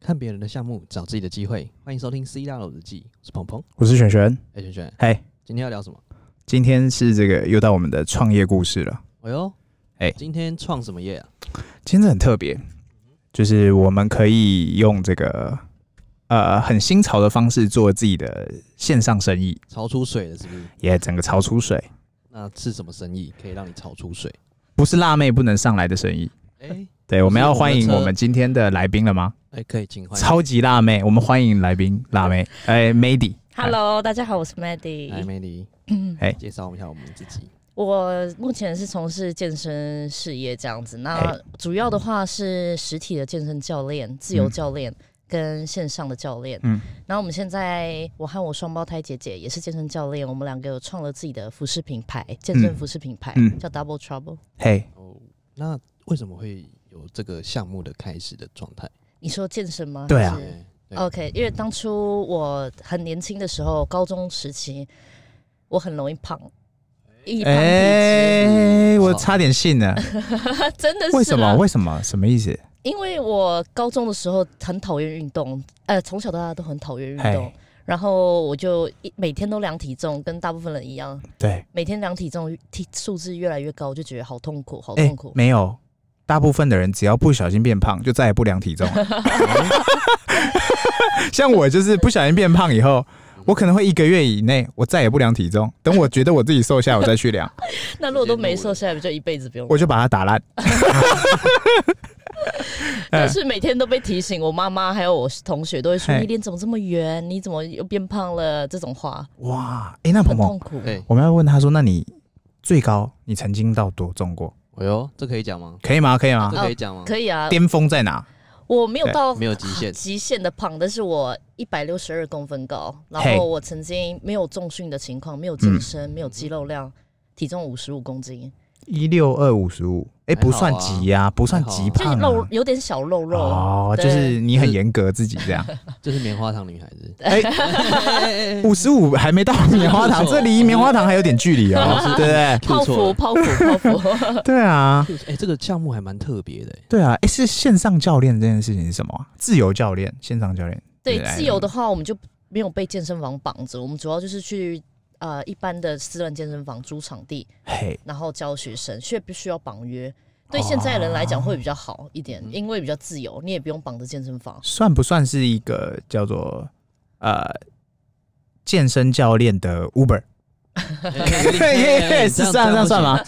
看别人的项目，找自己的机会。欢迎收听《C 大佬日记》，我是鹏鹏。我是璇璇。哎、轩轩，嘿，今天要聊什么？今天是这个又到我们的创业故事了。哎呦，哎今天创什么业啊？今天很特别，就是我们可以用这个呃很新潮的方式做自己的线上生意，炒出水了是不是？也整个超出水，那是什么生意可以让你炒出水？不是辣妹不能上来的生意。哎、对，我们要欢迎我们车我们今天的来宾了吗？哎、可以请欢迎。超级辣妹，我们欢迎来宾辣妹，哎，Mady。 Hello，大家好，我是来 Maddie。美丽，哎介绍一下我们自己。我目前是从事健身事业这样子，那嘿主要的话是实体的健身教练、自由教练。跟线上的教练，嗯嗯，然后我们现在，我和我双胞胎姐姐也是健身教练，我们两个有创了自己的服饰品牌，健身嗯服饰品牌、嗯叫 Double Trouble。嘿，哦，那为什么会有这个项目的开始的状态？你说健身吗？对啊还是哎对 OK，因为当初我很年轻的时候，高中时期，我很容易胖，易胖体质，哎，我好差点信了， 真的是为什啦么？为什么？什么意思？因为我高中的时候很讨厌运动，呃，从小到大都很讨厌运动嘿，然后我就一每天都量体重，跟大部分人一样，对，每天量体重，体数字越来越高，就觉得好痛苦，好哎、痛苦。没有，大部分的人只要不小心变胖，就再也不量体重了。 像我就是不小心变胖以后，我可能会一个月以内，我再也不量体重。等我觉得我自己瘦下，我再去 量，那如果都没瘦下来，不就一辈子不用？我就把它打烂。但是每天都被提醒，我妈妈还有我同学都会说：“哎嘿你脸怎么这么圆？你怎么又变胖了？”这种话哇，哎、那鹏很鹏痛，苦。对，我们要问他说，那你最高你曾经到多重过？哎呦，这可以讲吗？可以吗？可以吗这？可以讲吗？可以啊，巅峰在哪？我没有到没有极限极限的胖，但是我一百六十二公分高，然嘿嗯后我曾经没有重训的情况，没有健身，没有肌肉量，体重五十五公斤，一六二五十五，哎，还好不算啊急呀、不算还好啊急就胖、肉啊。有点小肉肉。哦，就对是你很就是严格自己这样。这是棉花糖女孩 子。哎、哎哎五十五还没到棉花糖，这离棉花糖还 有点距离 哦，对不对？泡芙，泡芙，泡芙，对啊，哎，这个项目还蛮特别的。哎对啊，哎、是线上教练这件事情是什么啊？自由教练，线上教练，对，来自由的话，我们就没有被健身房绑着，我们主要就是去呃一般的私人健身房租场地，嘿，然后教学生，却不需要绑约。哦对现在人来讲会比较好一点，因为比较自由，你也不用绑着健身房。算不算是一个叫做呃健身教练的 Uber？哎是算这样算？吗？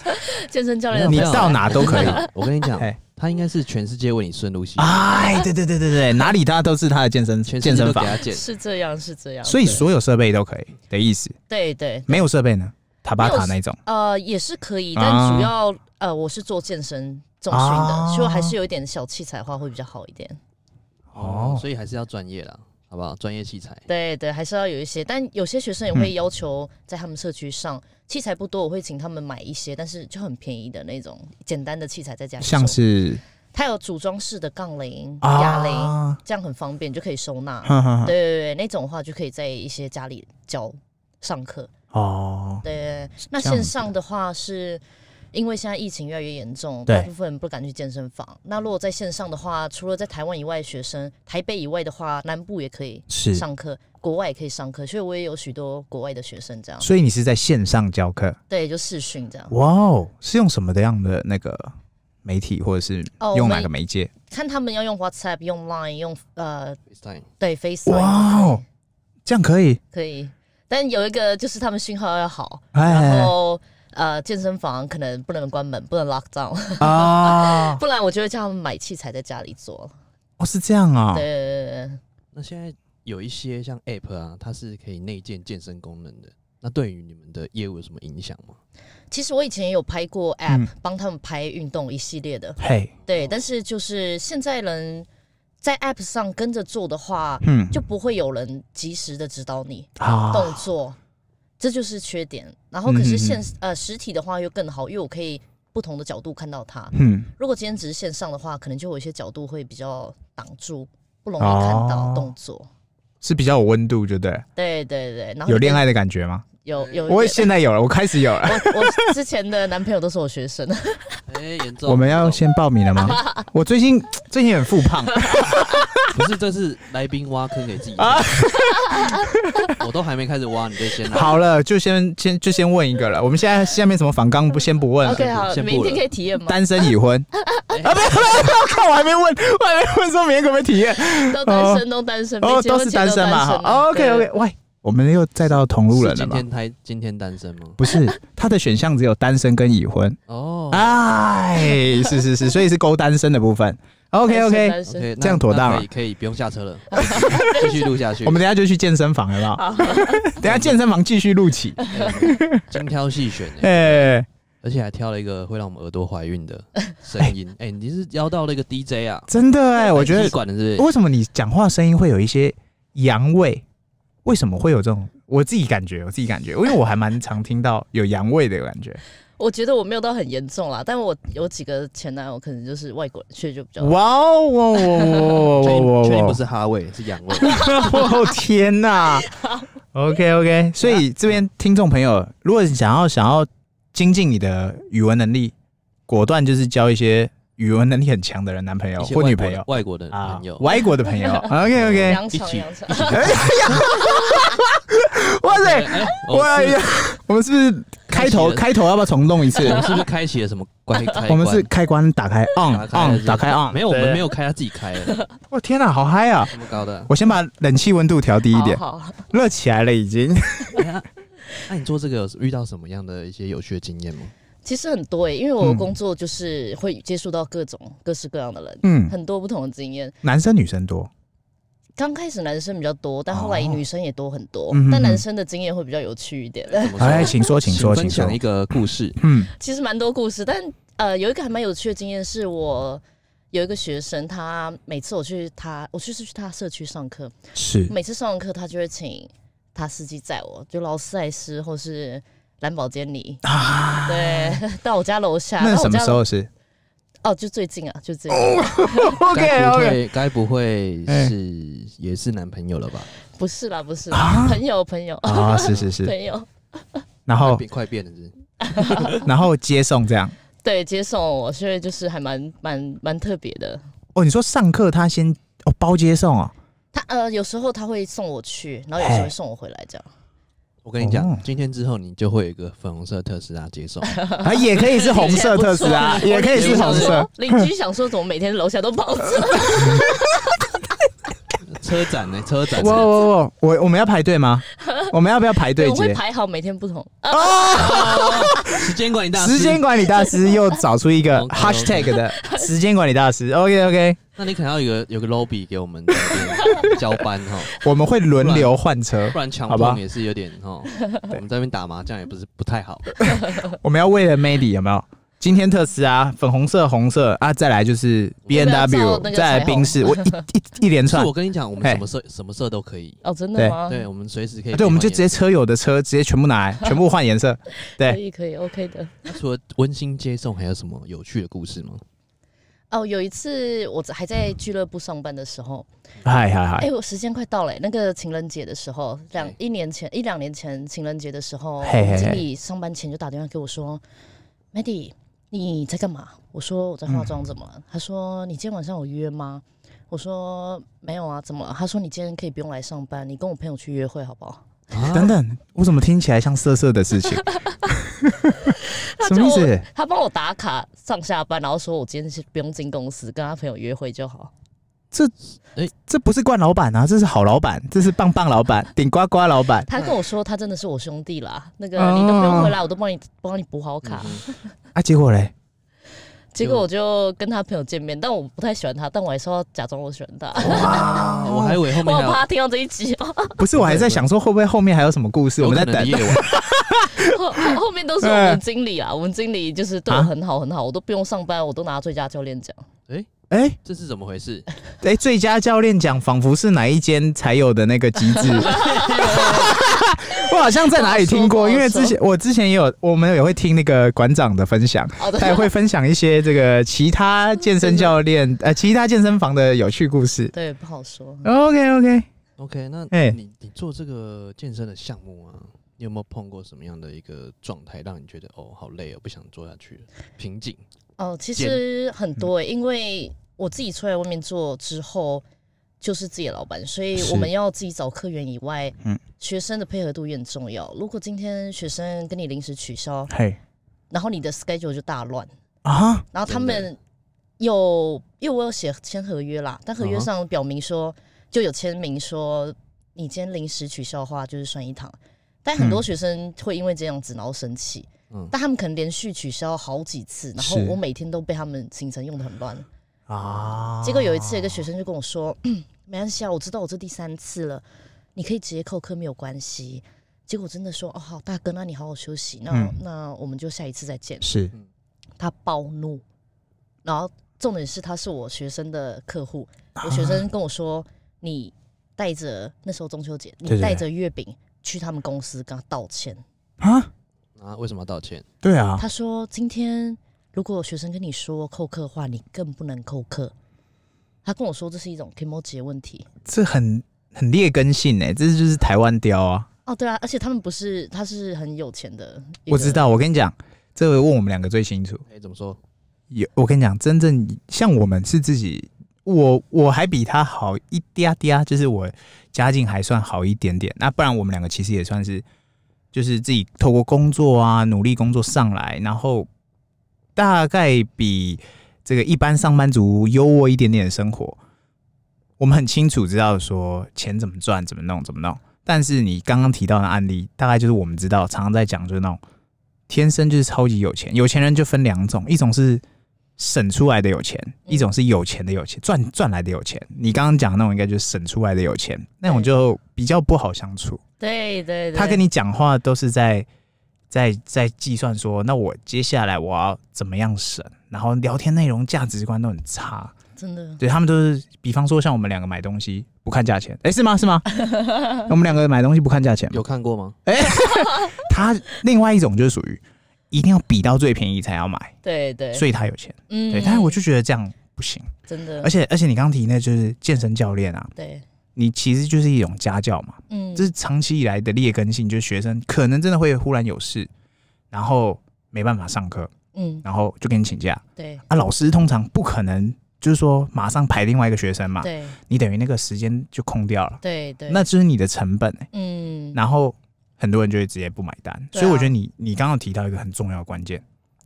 健身教练的你朋友到哪都可以。我跟你讲嘿，他应该是全世界为你顺路西，哎，对对对对对，哪里他都是他的健身全健世界身都给房，他减。是这样，是这样。所以对所有设备都可以的意思。对对，没有设备呢，塔巴塔那种呃，也是可以，啊但主要、呃，我是做健身重训的，啊所以我还是有一点小器材的话会比较好一点。哦哦，所以还是要专业啦，好不好？专业器材。对对，还是要有一些，但有些学生也嗯会要求在他们社区上、器材不多，我会请他们买一些，但是就很便宜的那种简单的器材在家里做。像是它有组装式的杠铃、啊哑铃，这样很方便，就可以收纳。哼哼哼对对对，那种的话就可以在一些家里教上课。哦，对，那这样线子上的话是。因为现在疫情越来越严重，对大部分人不敢去健身房。那如果在线上的话，除了在台湾以外的学生，台北以外的话，南部也可以是上课，国外也可以上课。所以我也有许多国外的学生这样，所以你是在线上教课？对，就视讯这样。哇哦，是用什么的样的那个媒体，或者是哦用我哪们个媒介？看他们要用 WhatsApp、用 Line、用呃， FaceTime 对 Face，哇哦，这样可以，可以。但有一个就是他们讯号要好，然哎后呃，健身房可能不能关门，不能 lock down， 啊，不然我就会叫他们买器材在家里做。哦是这样啊对，对对对对。那现在有一些像 App 啊，它是可以内建健身功能的。那对于你们的业务有什么影响吗？其实我以前也有拍过嗯哦 App，帮、他们拍运动一系列的，嘿，对。但是就是现在人在 App 上跟着做的话，嗯就不会有人及时的指导你啊动作，这就是缺点。然后可嗯嗯嗯是现、呃实体的话又更好，因为我可以不同的角度看到它。嗯，如果今天只是线上的话，可能就有一些角度会比较挡住，不容易看到哦动作。是比较有温度，就对了，对对对，然后有你恋跟爱的感觉吗？有有，我现在有了，我开始有了。我我之前的男朋友都是我学生，哎、严重。我们要先报名了 吗？我最近最近很复胖，不是，这是来宾挖坑给自己跳。我都还没开始挖，你就先来。好了，就先先就先问一个了。我们现在下面什么反纲不先不问了 OK，好，先不了明天可以体验吗？ 单身已婚哎啊？不要不要不要！看我还没问，我还没问说明天可不可以体 验？ 都单身，都单身，哦，没结婚都是前单身嘛。单身好，OK 哦对 OK，喂，我们又再到同路是人了今嘛？天单今天单身吗？不是， 他的选项只有单身跟已婚。哦、哎，是是是，所以是勾单身的部分。OK 单身 OK，单 o 身 k 这样妥当可了以可以不用下车了， 继续录下去。我们等一下就去健身房了吧？好， 等一下健身房继续录起。哎精挑细选、哎，哎，而且还挑了一个会让我们耳朵怀孕 的声音。哎、你是邀到了一个 DJ 啊？真的哎，我觉你得是管的是不是？为什么你讲话声音会有一些阳味？为什么会有这种？我自己感觉，我自己感觉，因为我还蛮常听到有阳味的感觉。我觉得我没有到很严重啦，但我有几个前男友可能就是外国人，所以就比较。哇哦，哇哦哇确哦哇定确定哦不是哈味，是养味。哇哦！天哪！OK OK，所以这边听众朋友，如果你想要想要精进你的语文能力，果断就是交一些语文能力很强的人男朋友一些或外女国朋的友外国的啊朋友，，外国的朋 友。OK OK，扬一长起扬长， 哇塞！哎，我哇是呀！我们是不是开头开启了开头要不要重弄一次？我们是不是开启了什么关开关？哎我们是开关打开 on 打开了是 on 打开啊 on，没有，我们没有。有开，他自己开的，我天哪，好嗨啊！这么高 的。我先把冷气温度调低一点，好，好热起来了已经。哎呀那你做这个有遇到什么样的一些有趣的经验吗？其实很多诶、欸因为我嗯工作就是会接触到各种各式各样的人，嗯，很多不同的经验。男生女生多，刚开始男生比较多，但后来女生也多很多，哦嗯哼哼但男生的经验会比较有趣一点。 怎么哎，说？请说，请说，请分说享。一个故事。嗯其实蛮多故事，但呃，有一个还蛮有趣的经验是我。有一个学生，他每次我去他，我去是去他社区上课，是每次上完课他就会请他司机载我，就劳斯莱斯或是兰博基尼，啊， 对，到我家楼下。那到是什我么家时候哦是哦，就最近啊，就最近。 ？OK 该不 OK，会该不会哎是也是男朋友了吧？不是啦，不是啊啦，朋友朋友啊，是是是。朋友，然后变快变了，是不是然后接送这样。对，接送我，所以就是还蛮蛮蛮特别的。哦，你说上课他先哦包接送哦，他呃，有时候他会送我去，然后有时候会送我回来，这样。我跟你讲哦，今天之后你就会有一个粉红色特斯拉接 送。啊也可以是红色特斯 拉，也可以是红色。嗯邻居想说，怎么每天楼下都跑车？车展呢？车 展我我 我我我们要排队吗？我们要不要排队我会接？排好每天不同。时间管理大师。时间管理大师又找出一 个 OK，OK hashtag 的时间管理大师。OK OK，那你可能要有一个有个 lobby 给我们在那边交班 哈，我们会轮流换车 不，然强好吧碰也是有点哈。我们在那边打麻将也不是不太好。我们要为了 Mandy 有没有？今天特斯拉粉红色、红色啊，再来就是我们 B N 要照 W，那个再来彩虹宾士，我一一一连是 串啊我。跟你讲，我们什么色什么色都可以。哦，真对的吗？对，我们随时可以。嗯对，我们就直接车友的车直接全部拿来， 全部换颜色。对可以可以，OK 的。那除了温馨接送，还有什么有趣的故事吗？哦，有一次我还嗯在俱乐部上班的时候，嗨嗨哎、嗨，我时间快到了、那个情人节的时候，两对一年前一两年前情人节的时候，嘿嘿嘿我们经理上班前就打电话给我说：“Maddy，你在干嘛？”我说：“我在嗯化妆，怎么了？”他说：“你今天晚上有约吗？”我说：“没有啊，怎么了？”他说：“你今天可以不用来上班，你跟我朋友去约会好不好啊等等，我怎么听起来像色色的事情？？”什 他么意叫我思？他帮我打卡上下班，然后说我今天是不用进公司，跟他朋友约会就好。这不是惯老板啊，这是好老板，这是棒棒老板，顶呱呱老板他跟我说他真的是我兄弟啦，那个哦你都不用回来，我都帮你帮你补好卡。嗯啊！结果嘞，结果我就跟他朋友见面，但我不太喜欢他，但我还是要假装我喜欢他。哇啊我还以为后 我面还好有怕他听到这一集哦，不是，我还在想说会不会后面还有什么故事，我有们在可能的等。夜晚，后后后面都是我们经理啊，我们经理就是对我啊很好很好，我都不用上班，我都拿最佳教练奖。哎这是怎么回事？哎，最佳教练奖仿佛是哪一间才有的那个机制，我好像在哪里听不好过，说因为之前我之前也有，我们也会听那个馆长的分享，好的他，也会分享一些这个其他健身教练呃其他健身房的有趣故事。对，不好说。 OK OK， OK，那哎你你做这个健身的项目啊，你有没有碰过什么样的一个状态，让你觉得哦好累哦，不想做下去了，瓶颈？哦，其实很多、欸，因为我自己出来外面做之后，就是自己的老板，所以是我们要自己找客源以外，嗯学生的配合度也很重要。如果今天学生跟你临时取消，嘿然后你的 schedule 就大乱，啊，然后他真们有，因为我有写签合约啦，但合约嗯啊哼上表明说、就有签名说，你今天临时取消的话就是算一堂。但很多嗯学生会因为这样子然后生气，嗯，但他们可能连续取消好几次，然后是我每天都被他们行程用的很乱。啊！结果有一次，有一个学生就跟我说：“ 没关系啊，我知道我这第三次了，你可以直接扣科，没有关系。”结果真的说：“哦，好，大哥，那你好好休息，那、嗯那我们就下一次再见。是”他暴怒，然后重点是他是我学生的客户，我啊学生跟我说：“你带着那时候中秋节，对你对带着月饼去他们公司跟他道歉。啊，啊，为什么要道歉？对啊，他说：“今天如果学生跟你说扣课的话，你更不能扣课。”他跟我说这是一种 k i m o j i 的问题。这很很劣根性哎，这就是台湾雕啊！哦，对啊，而且他们不是，他是很有钱的，我知。道，我跟你讲，这个问我们两个最清楚。哎、怎么说？有，我跟你讲，真正像我们是自己，我我还比他好一嗲嗲，就是我家境还算好一点点。那不然我们两个其实也算是，就是自己透过工作啊，努力工作上来，然后大概比这个一般上班族优渥一点点的生活。我们很清楚知道说钱怎么赚、怎么弄、怎么弄。但是你刚刚提到的案例，大概就是我们知道常常在讲，就是那种天生就是超级有钱，有钱人就分两种，一种是省出来的有钱，一种是有钱的有钱，赚赚来的有钱。你刚刚讲的那种应该就是省出来的有钱，那种就比较不好相处。对对对，他跟你你讲话都是在在在计算说，那我接下来我要怎么样省，然后聊天内容、价值观都很差。真的对他们都是，比方说像我们两个买东西不看价钱，哎、是吗？是 吗？我们两个买东西不看价钱吗，有看过吗？他另外一种就是属于一定要比到最便宜才要买，对对，所以他有钱。嗯对，但是我就觉得这样不行。真的，而且而且你刚刚提那就是健身教练啊，对，你其实就是一种家教嘛，嗯，这是长期以来的劣根性，就是学生可能真的会忽然有事，然后没办法上课，嗯然后就给你请假对啊。老师通常不可能就是说马上排另外一个学生嘛，对你等于那个时间就空掉了，对对，那就是你的成本、欸，嗯然后很多人就会直接不买单。对啊所以我觉得你你刚刚有提到一个很重要的关键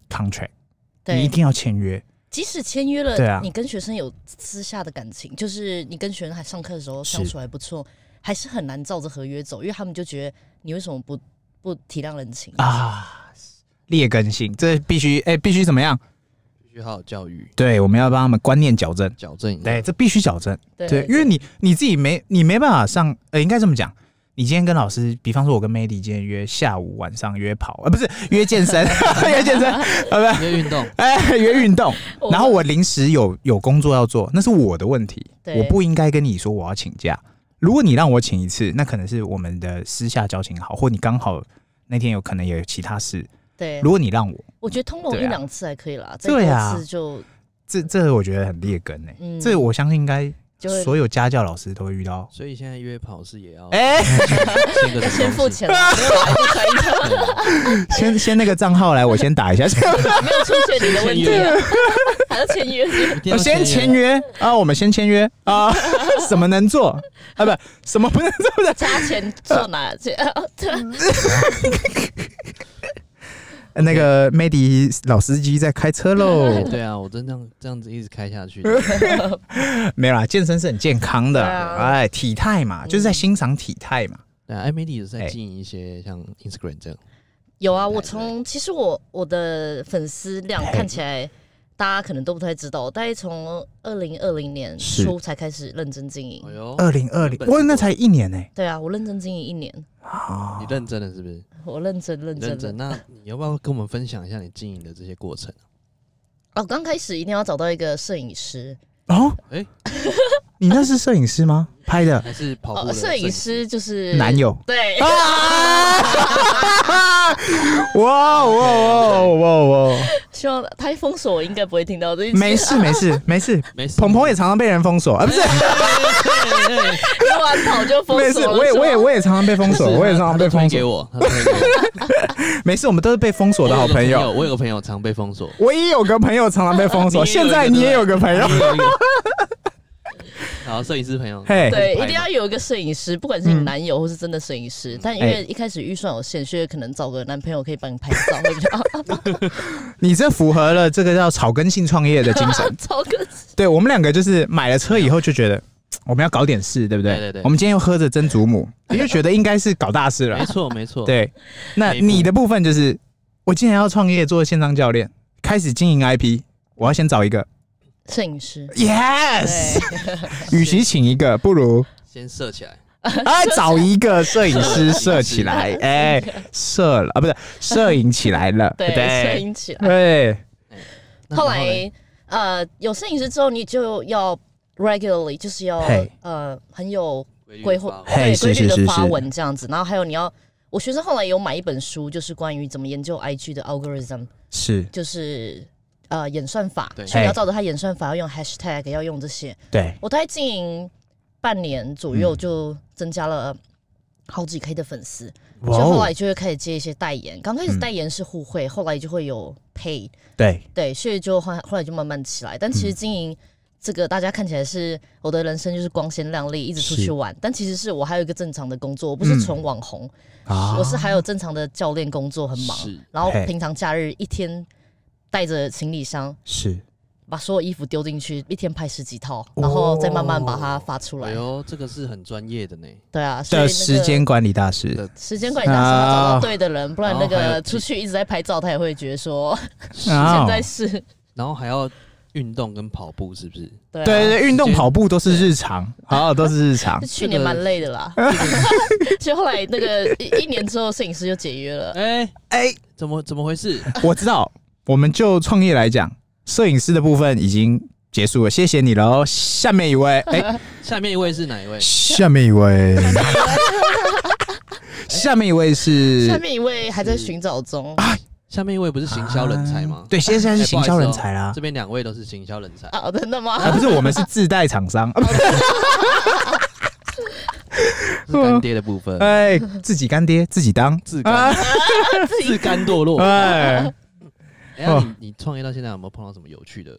，contract，你一对，定要签约，即使签约了，对啊你跟学生有私下的感情，就是你跟学生还上课的时候是相处还不错，还是很难照着合约走，因为他们就觉得你为什么不不体谅人情？啊，劣根性，这必须哎、必须怎么样？必须好好教育，对，我们要帮他们观念矫正。矫正一下。对，这必须矫正。对对，因为你你自己没你没办法上，呃，应该这么讲。你今天跟老师，比方说，我跟 Mandy 今天约下午、晚上约跑，呃，不是约健身， 约健身，呃，不是，因为运动，哎，约运 动。然后我临时有有工作要做，那是我的问题，对我不应该跟你说我要请假。如果你让我请一次，那可能是我们的私下交情好，或你刚好那天有可能也有其他事。对，如果你让我，我觉得通融对啊一两次还可以啦，再对啊多次就这这我觉得很劣根呢、嗯这我相信应该就会哦所有家教老师都会遇到。所以现在约跑是也要哎、签个什要么先付东西？钱啦，没有啦不可以的对先先那个账号来，我 先打一下，没有出现你的问题啊，还要签约 是不是啊一定我要 先签约啊，我们先签约啊， 什么能做啊？不，什么不能做的？加钱做哪去？ 那个 Mandy 老司机在开车喽约。，对啊，我真这样这样子一直开下 去，没有啦，健身是很健康的，对啊哎，体态嘛，就是在欣赏体态嘛。对啊，艾美丽也是哎在经营一些像 Instagram 这样，有啊，我从其实我我的粉丝量看起来。大家可能都不太知道，我大概从二零二零年是初才开始认真经营哎。呦，二零二零，本哇，哦那才一年呢、对啊，我认真经营一年，啊你认真了是不是？我认真认你真认的真，。那你要不要跟我们分享一下你经营的这些过程？啊哦，刚开始一定要找到一个摄影师，哦，哎， 你那是摄影师吗？拍的还是跑步哦，的摄影师就是男。 友。对， 啊！哇哇哇哇哇！ 希望他一封锁，我应该不会听到这一集。没事，没事， 没事。没事。鹏鹏也常常被人封锁啊，不是，一完跑就 封没锁事，了。我也我也我也常常被封不是锁，我也常常被封他都推给锁。我，他都推给我没事，我们都是被封锁的好 朋友。我有个朋友常被封锁，我也有个朋友常常被封锁，你也有现一个 在你也有个朋 友。然后摄影师朋友，嘿对，拍嘛一定要有一个摄影师，不管是你哎嗯哎男友或是真的摄影师。但因为一开始预算有限，所以可能找个男朋友可以帮你拍照，会比较 好。。你这符合了这个叫草根性创业的精 神 超个对我们两个就是买了车以后就觉得我们要搞点事，对不 对？对对对我们今天又喝着曾祖母，你就觉得应该是搞大事没了。错没错，，啊对，那每一步你的部分就是，我既然要创业做线上教练，开始经营 IP，我要先找一个。摄影师。 Yes，与其请一个，不如先射起来，啊找一个摄影摄师摄影师起来，哎、摄了啊，不是摄影起来了，对，不对摄影起来。对，那后然嘞来呃，有摄影师之后，你就要 regularly，就是要嘿呃很有规规律划发，嘿对是规律是是的发是文这样子。然后还有你要，我学生后来有买一本书，就是关于怎么研究 IG 的 algorithm，是，就是呃演算法，对所嘿以你要照着它演算法，要用 hashtag，要用这些。对，我大概经营半年左嗯右，就增加了好几 K 的粉丝。所以后哦来就会开始接一些代言，刚开始嗯代言是互惠，后来就会有 pay，对，对，所以就后后来就慢慢起来。但其嗯实经营这个，大家看起来是我的人生就是光鲜亮丽，一直出去是玩，但其实是我还有一个正常的工作，我不是嗯纯网红，啊我是还有正常的教练工作，很忙是，然后嘿平常假日一天带着行李箱。是把所有衣服丢进去，一天拍十几套，然后再慢慢把它哦发出来哎。呦，这个是很专业的呢，对啊，所以的那个时间管理大师。时间管理大师要找啊哦到对的人，不然那然后还有个出去一直在拍照，他也会觉得说啊现在是然后还要运动跟跑步，是不是？对啊对对，对运动时间跑步都是日常，好，都是日常就。去年蛮累 的啦。就后来那个一一年之后，摄影师就解约了。哎，哎，怎么怎么回事？我知道，我们就创业来讲，摄影师的部分已经结束了，谢谢你喽。下面一位，哎，下面一位是哪一位？下面一位， 下面一位下是啊面一位还在寻找中，下面一位不是行销人才吗？对，现在哎，是行销人才不好意思啦哦这。边两位都是行销 人才。啊，真的啊，吗？不是，我们是自带厂 商，啊不是是干爹的部 分，哎，自己干爹自己当，自啊甘自甘堕落。哎， 哎，那啊你你创业到现在有没有碰到什么有趣的？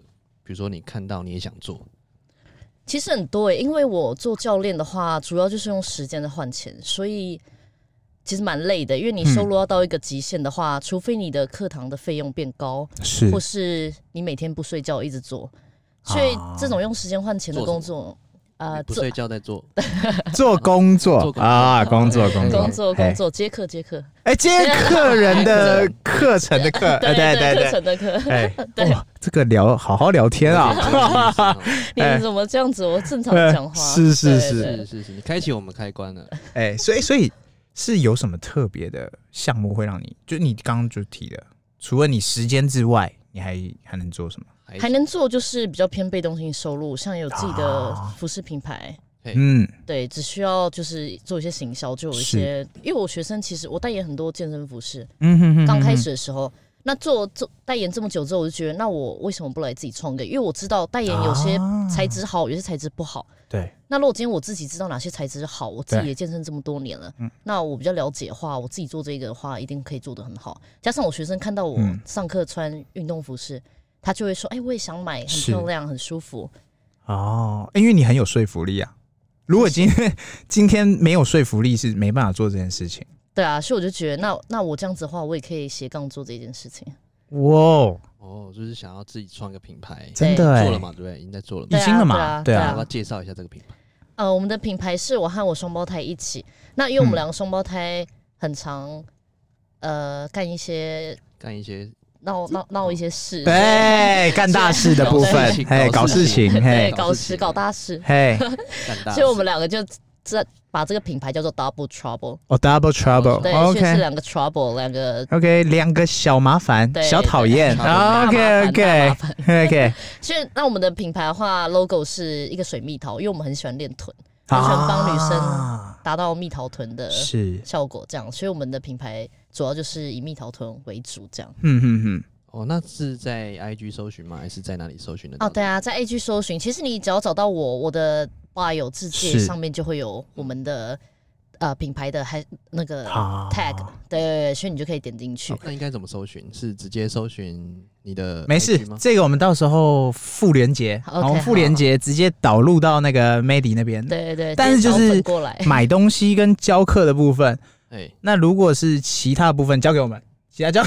比如说你看到你也想做，其实很多诶、欸因为我做教练的话，主要就是用时间在换钱，所以其实蛮累的。因为你嗯收入要到一个极限的话，除非你的课堂的费用变高，是或是你每天不睡觉一直做，所以这种用时间换钱的工作，呃你，不睡觉在做，做工作做工作啊，工作哎工作工作哎工作接客接客，哎，接客人 的课程的课，哎，对对，课对程的课。对， 哎，对哇，这个聊好好聊 天啊，你哎们怎么这样子？我正常 哎讲话。是是 对是对是是是，你开启我们开关 了。哎，所以所以是有什么特别的项目会让你，就你刚刚就提的，除了你时间之外，你还还能做什么？还还能做就是比较偏被动性收入，像有自己的啊服饰品牌，嗯，对，只需要就是做一些行销，就有一些。因为我学生其实我代言很多健身服饰，嗯哼哼刚开，始的时候，那做做代言这么久之后，我就觉得，那我为什么不来自己创个？因为我知道代言有些啊材质好，有些材质不好。对，那如果今天我自己知道哪些材质好，我自己也健身这么多年了，那我比较了解的话，我自己做这个的话，一定可以做得很好。加上我学生看到我嗯上课穿运动服饰，他就会说：“哎、我也想买，很是漂亮，很舒服。哦，因为你很有说服力啊。如果今天 今天没有说服力，是没办法做这件事情。”对啊，所以我就觉得，那那我这样子的话，我也可以斜杠做这件事情。哇哦，哦，就是想要自己创个品牌，真的哎做了嘛，对不对？已经在做了嘛已对。经了嘛啊，对对啊那要不要啊。介绍一下这个品牌？呃，我们的品牌是我和我双胞胎一起。那因为我们两个双胞胎很常，呃，干一些干一些闹闹闹一些事，哎，干大事的部搞分事，情哎，搞搞事事情情，对，嘿，搞搞事情事搞大事。嘿，干大事，所以我们两个就这把这个品牌叫做 Double Trouble，哦，double trouble，对，所以是两个 Trouble，两个。 OK，两个小麻烦，对小讨厌。对小 OK 麻烦 OK 大麻烦 OK，所以那我们的品牌的话，logo 是一个水蜜桃，因为我们很喜欢练臀，很喜欢帮女生啊达到蜜桃臀的是，效果，这样。所以我们的品牌主要就是以蜜桃臀为主，这样。嗯哼哼，哦，那是在 IG 搜寻吗？还是在哪里搜寻的？嗯哦，对，啊，在 AG 搜寻，其实你只要找到我，我的 bio 字界是上面就会有我们的呃品牌的还那个啊 tag，、对对对，所以你就可以点进去。哦那应该怎么搜寻？是直接搜寻你的没事 IG 吗，？这个我们到时候复连接，好我 OK，们复连接直接导入到那个 Mady 那边。对对对，但是直接就是找粉过来， 买东西跟教课的部分，哎，那如果是其他部分交给我们，其 他交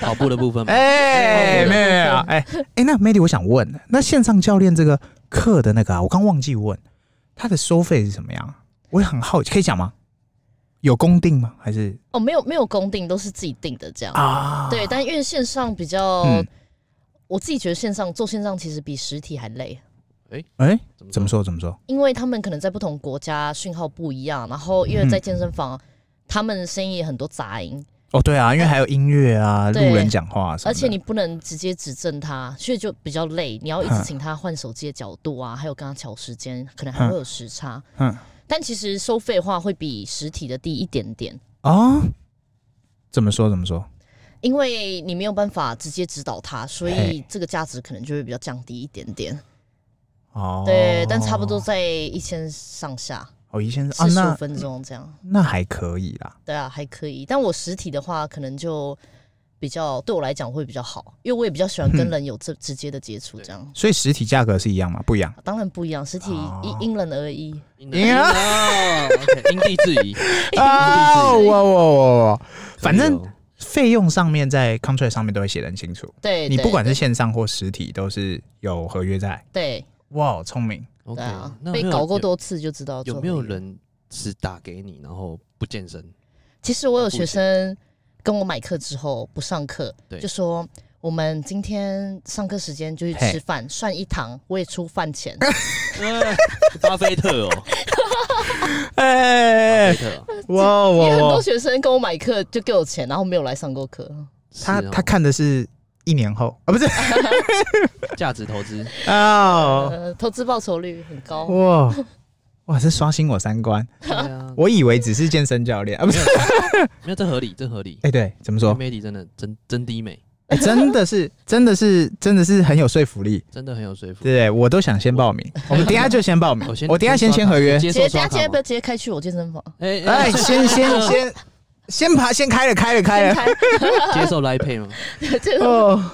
跑步的部分吗？哎，没有没有没有，哎哎，那 Mady 我想问，那线上教练这个课的那个啊，我刚忘记问，它的收费是怎么样啊？我也很好奇，可以讲吗？有公定吗？还是哦，没有没有公定，都是自己定的这样。啊？对，但因为线上比较，嗯我自己觉得线上做线上其实比实体还累，哎，怎怎么？说怎么说？因为他们可能在不同国家讯号不一样，然后因为在健身嗯房，他们声音也很多杂音，哦，对啊，因为还有音乐啊，路对人讲话啊什么的，而且你不能直接指正他，所以就比较累。你要嗯一直请他换手机的角度啊，还有跟他调时间，可能还会有时差。嗯但其实收费的话会比实体的低一点点，啊，怎么说怎么说？因为你没有办法直接指导他，所以嘿这个价值可能就会比较降低一点点。哦，对，但差不多在一千上下，哦，一先生四啊，十五那分钟这样。那还可以啦。对啊，还可以。但我实体的话，可能就比较对我来讲会比较好，因为我也比较喜欢跟嗯人有这直接的接触，这样。所以实体价格是一样吗？不一样。当然不一样，实体啊哦因因人而异。因地哦 OK，因地制宜。因地制 啊，宜哇哇哇哇！反正可以哦费用上面在 contract 上面都会写得很清楚，对，你对不管对是线上或实体都是有合约在。对哇，聪明！ OK，对啊，那有被没有搞过有多次就知道有做没有何意？人是打给你，然后不健身？其实我有不学行生跟我买课之后不上课，对就说我们今天上课时间就去嘿吃饭，算一堂，我也出饭钱。 巴菲特 哦，巴哎菲，特哦哇哎哇因为很哇多！学生跟我买课就给我钱，然后没有来上过课。他是哦他看的是一年后啊，不是价值投 资，哦，呃，投资报酬率很高。哦哇哇，这刷新我三观！对啊，我以为只是健身教练啊，不是？没有这合理，这合理。哎，对，怎么 说？Mady 真的真真低美，哎、真的是，真的是，真的是很有说服力，真的很有说服。对不对？我都想先报名，我们等一下就先报名，我先，我等一下先签合约你。接直接受刷大家直接卡不要吗？直接开去我健身房，哎哎， 先先接先先爬，先开了，开了，开先了。开受 Line Pay 吗？这个哦，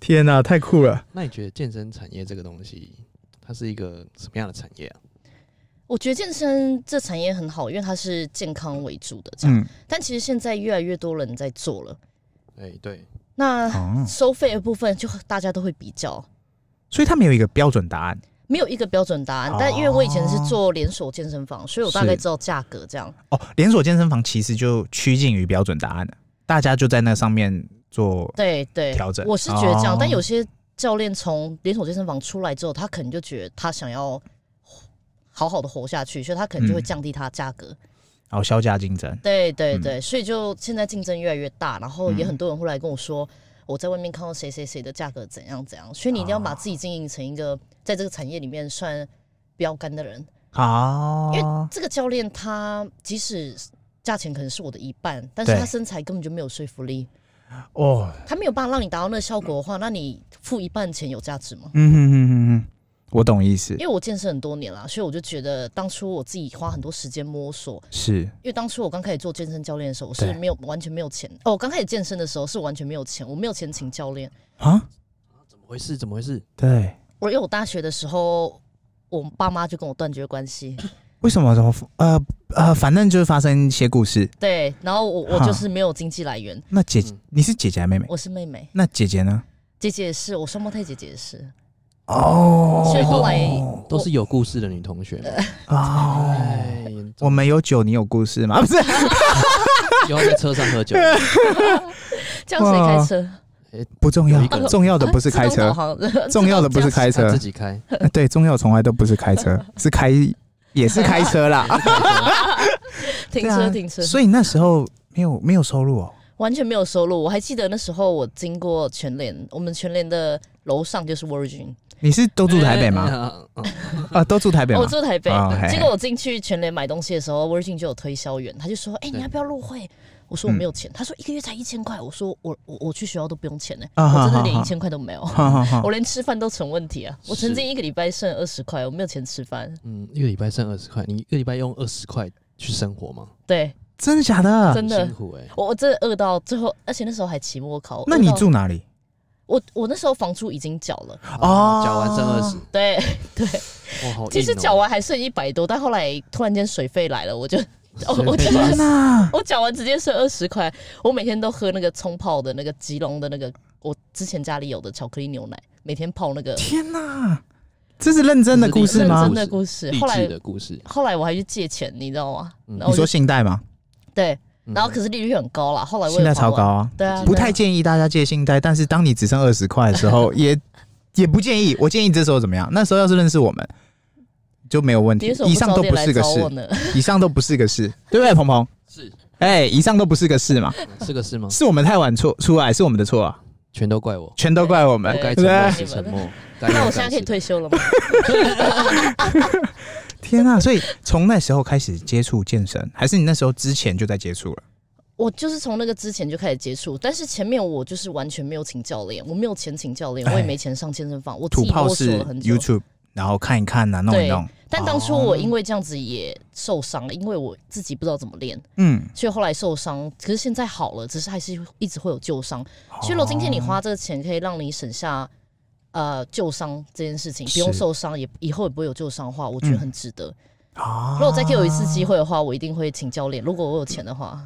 天哪、太酷了！那你觉得健身产业这个东西，它是一个什么样的产业啊？我觉得健身这产业很好，因为它是健康为主的这样。嗯，但其实现在越来越多人在做了，哎，对，那嗯哦，收费的部分就大家都会比较，所以他们有一个标准答案没有一个标准答案。但因为我以前是哦做连锁健身房，所以我大概知道价格这样。哦。连锁健身房其实就趋近于标准答案了，大家就在那上面做。对对，调整我是觉得这样。哦但有些教练从连锁健身房出来之后，他可能就觉得他想要好好的活下去，所以他可能就会嗯降低他的价格。然哦后销价竞争，对对对，嗯所以就现在竞争越来越大，然后也很多人会来跟我说，我在外面看到谁谁谁的价格怎样怎样，所以你一定要把啊自己经营成一个在这个产业里面算标杆的人。因哦为，这个教练他即使价钱可能是我的一半，但是对他身材根本就没有说服力，哦，他没有办法让你达到那个效果的话，那你付一半钱有价值吗？嗯哼哼哼哼，我懂意思因，为我健身很多年啦，所以我就觉得当初我自己花很多时间摸索，是因为当初我刚开始做健身教练的时候，我是对没有完全没有钱哦。我刚开始健身的时候是完全没有钱，我没有钱请教练。啊，怎么回事？怎么回事？对，我因为我大学的时候，我爸妈就跟我断绝关系， 为什么？怎么？呃呃，反正就是发生一些故事。对，然后我我哈就是没有经济来源。那姐，哦嗯你是姐姐还是妹妹？我是妹妹，那姐姐呢？姐姐也是，我双胞胎姐姐也是，哦所以后来都是有故事的女同学嘛。哦，哎，严重我们有酒，你有故事吗？啊不 是，以后在车上喝酒，这样谁开车？不重要有一个，人重要的哦 不是开哦自动车，导航重要的不是 开他车自，己开，对，重要从来都不是开车，是开 也是开车啦。 停对车啊停车，所以那时候没有没有收入哦，完全没有收入。我还记得那时候我经过全联，我们全联的楼上就是 Virgin，你是都住台北吗？吗？嗯啊，都住台北哦吗我？住台北哦嘿，结果我进去全联买东西的时候，Virgin 就有推销员，他就说：“哎，对你要不要入会？”我说我没有钱，他说一个月才一千块。我说我我我去学校都不用钱呢，啊我真哈的连哈一千块都没有，哈哈哈我连吃饭都成问题啊！我曾是经一个礼拜剩二十块，我没有钱吃饭。嗯，一个礼拜剩二十块，你一个礼拜用二十块去生活吗？对真的假的？真的很辛苦哎、我我真的饿到最后，而且那时候还期末考。那饿你到住哪里？我我那时候房租已经缴了，哦嗯缴完剩二十，对，哇，好硬哦、其实 缴完还剩一百多，但后来突然间水费来了，我就 哦水我费真来了的天哪！我讲完直接剩二十块，我每天都喝那个冲泡的那个吉隆的那个，我之前家里有的巧克力牛奶，每天泡那个。天哪！这是认真的故是事认吗真？的故事，励后志来的故事，后来我还去借钱，你知道吗？嗯然你后我就说信贷吗？对，嗯然后可是利率很高啦，后来我信也贷还超完高，啊，对啊，不对啊太建议大家借信贷，但是当你只剩二十块的时 候，也也不建议。我建议这时候怎么样？那时候要是认识我们，就没有问你题为什。么以上早都点不来是个找我事，呢？以上都不是个事， 对不对，鹏鹏？是哎，以上都不是个事嘛，这个是吗？是我们太晚出出来，是我们的错啊，全都怪我，全都怪我们不对。该对沉默是沉不对，默。该 那勇我敢 现在可以是退休了吗？天啊！所以从那时候开始接触健身，还是你那时候之前就在接触了？我就是从那个之前就开始接触，但是前面我就是完全没有请教练，我没有钱请教练，我也哎没钱上健身房，我自土己摸炮索是了很久。 YouTube，然后看一看呐，弄一对弄。但当初我因为这样子也受伤了，因为我自己不知道怎么练，嗯，所以后来受伤。可是现在好了，只是还是一直会有旧伤。所以，如果今天你哦花这个钱，可以让你省下呃旧伤这件事情，不用是受伤，也以后也不会有旧伤的话，我觉得嗯很值得。啊如果再给我一次机会的话，我一定会请教练。如果我有钱的话，